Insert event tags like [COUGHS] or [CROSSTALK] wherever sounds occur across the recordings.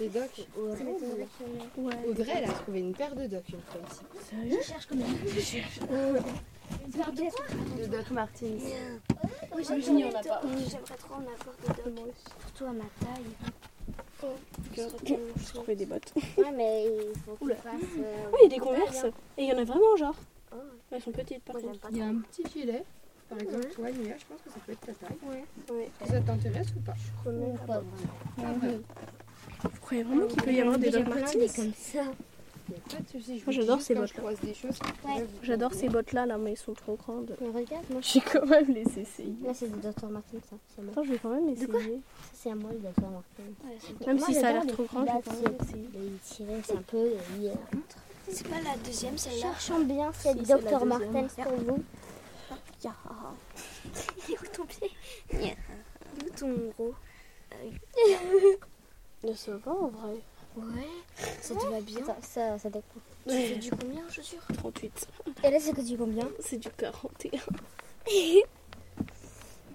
Les docks au Ouais. Audrey, elle a trouvé une paire de docks une fois ici. Sérieux cherche comme Je cherche. De Doc Martins. Oui, Moi, je j'aimerais n'y en a trop- pas. Hein oui, J'aimerais trop en avoir des docks. Moi aussi. Oh, Surtout à ma taille. Que- Ce serait tellement chaud. Trouver des bottes. Ouais, mais il faut qu'on Oula. fasse. euh, Oui, il y a des taille, converses. hein. Et il y en a vraiment, genre. Oh, Elles sont petites, par Bah, moi, contre. j'aime pas Il y a trop. un petit filet. Par exemple, toi, Nia, je pense que ça peut être ta taille. Ouais. Est-ce que Ça t'intéresse ou pas Connais pas. Ah, ouais. Vous croyez vraiment qu'il peut y avoir des docks Martins [LAUGHS] comme ça. Il y a Pas de souci. je Moi, vous j'adore dis ces quand bottes-là. Je croise des choses. Ouais. J'adore ces bottes-là, là, mais elles sont trop grandes. Mais regarde, moi, J'ai quand même les essayer. là, c'est du Dr. Martin, ça. C'est à moi. Attends, je vais quand même essayer. quoi Ça, c'est à moi, le Dr. Martin. Même Moi, si ça a j'adore l'air les trop grand, bah, je vais quand même pilates. essayer. Il est tiré, c'est un peu hier. C'est pas la deuxième celle-là. Cherchons bien si Si, le c'est la Dr. deuxième. Martin pour vous. Ah, Ya. [LAUGHS] Il est où ton pied Il est où ton [LAUGHS] gros De ce vent, en vrai. Ouais. Ça te va bien Ça, ça, ça dépend. Tu fais du combien en chaussures 38. Et là, c'est que tu combien C'est du 41.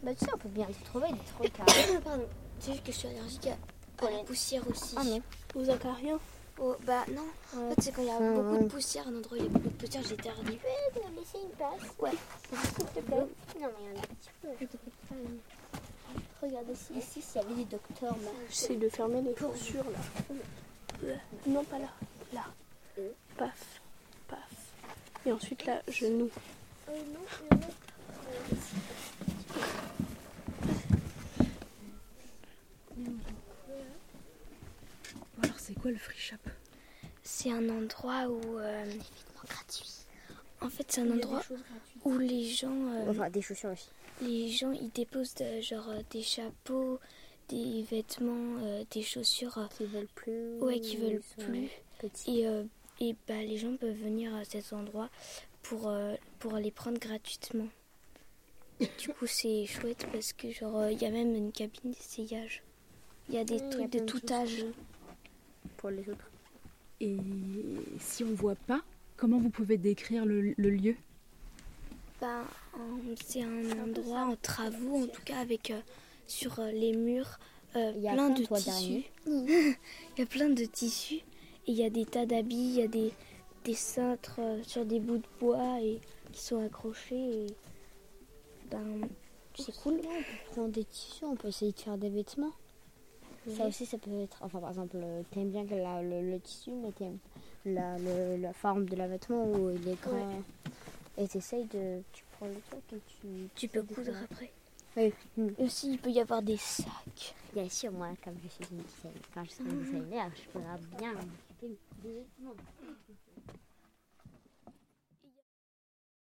Bah, tu sais, on peut bien te trouver des trucs à. [COUGHS] Pardon. Tu sais que je suis allergique à, à la poussière aussi. Ah, mais. Vous acariens Oh, bah non. En Ouais. fait, c'est quand il y a Ah, beaucoup ouais. de poussière, un endroit où il y a beaucoup de poussière, j'ai été arrivée. Tu peux me laisser une place Ouais. S'il te plaît. Non, mais un petit peu. Regardez ici. Ici, s'il y avait des docteurs, là. J'essaie de fermer les chaussures, là. Non, pas là. Là. Paf. Paf. Et ensuite, là, genou. Euh, Oui, non, Alors, c'est quoi le free shop C'est un endroit où. gratuit. En fait, c'est un endroit où les gens, euh, Enfin, des chaussures aussi. les gens, ils déposent euh, genre euh, des chapeaux, des vêtements, euh, des chaussures, euh, Qui veulent plus. ouais, qui veulent ils sont plus. Petits. Et, euh, et bah, les gens peuvent venir à cet endroit pour, euh, pour les prendre gratuitement. [LAUGHS] Du coup, c'est chouette parce que genre euh, il y a même une cabine d'essayage. Il y a des Oui, il y a trucs de plein de tout choses âge. Pour les autres. Et si on voit pas, comment vous pouvez décrire le, le lieu Bah, en- c'est un endroit en travaux, en tout cas avec euh, sur euh, les murs euh, Il y a plein plein de de toits tissus. d'araignée. [LAUGHS] il y a plein de tissus et il y a des tas d'habits, il y a des, des cintres euh, sur des bouts de bois et qui sont accrochés. Et, ben, c'est cool. Prendre des tissus, on peut essayer de faire des vêtements. Ça aussi, ça peut être. Enfin, par exemple, euh, t'aimes bien que la- le, le tissu, mais t'aimes la, le- la forme de la vêtement où il est grand. Et t'essayes de. Tu prends le truc et tu. Tu peux coudre après. Oui. Hmm. Et aussi, il peut y avoir des sacs. Bien sûr, moi, Ah. comme je suis une designer, quand je serai designer, je pourrai bien m'occuper des vêtements.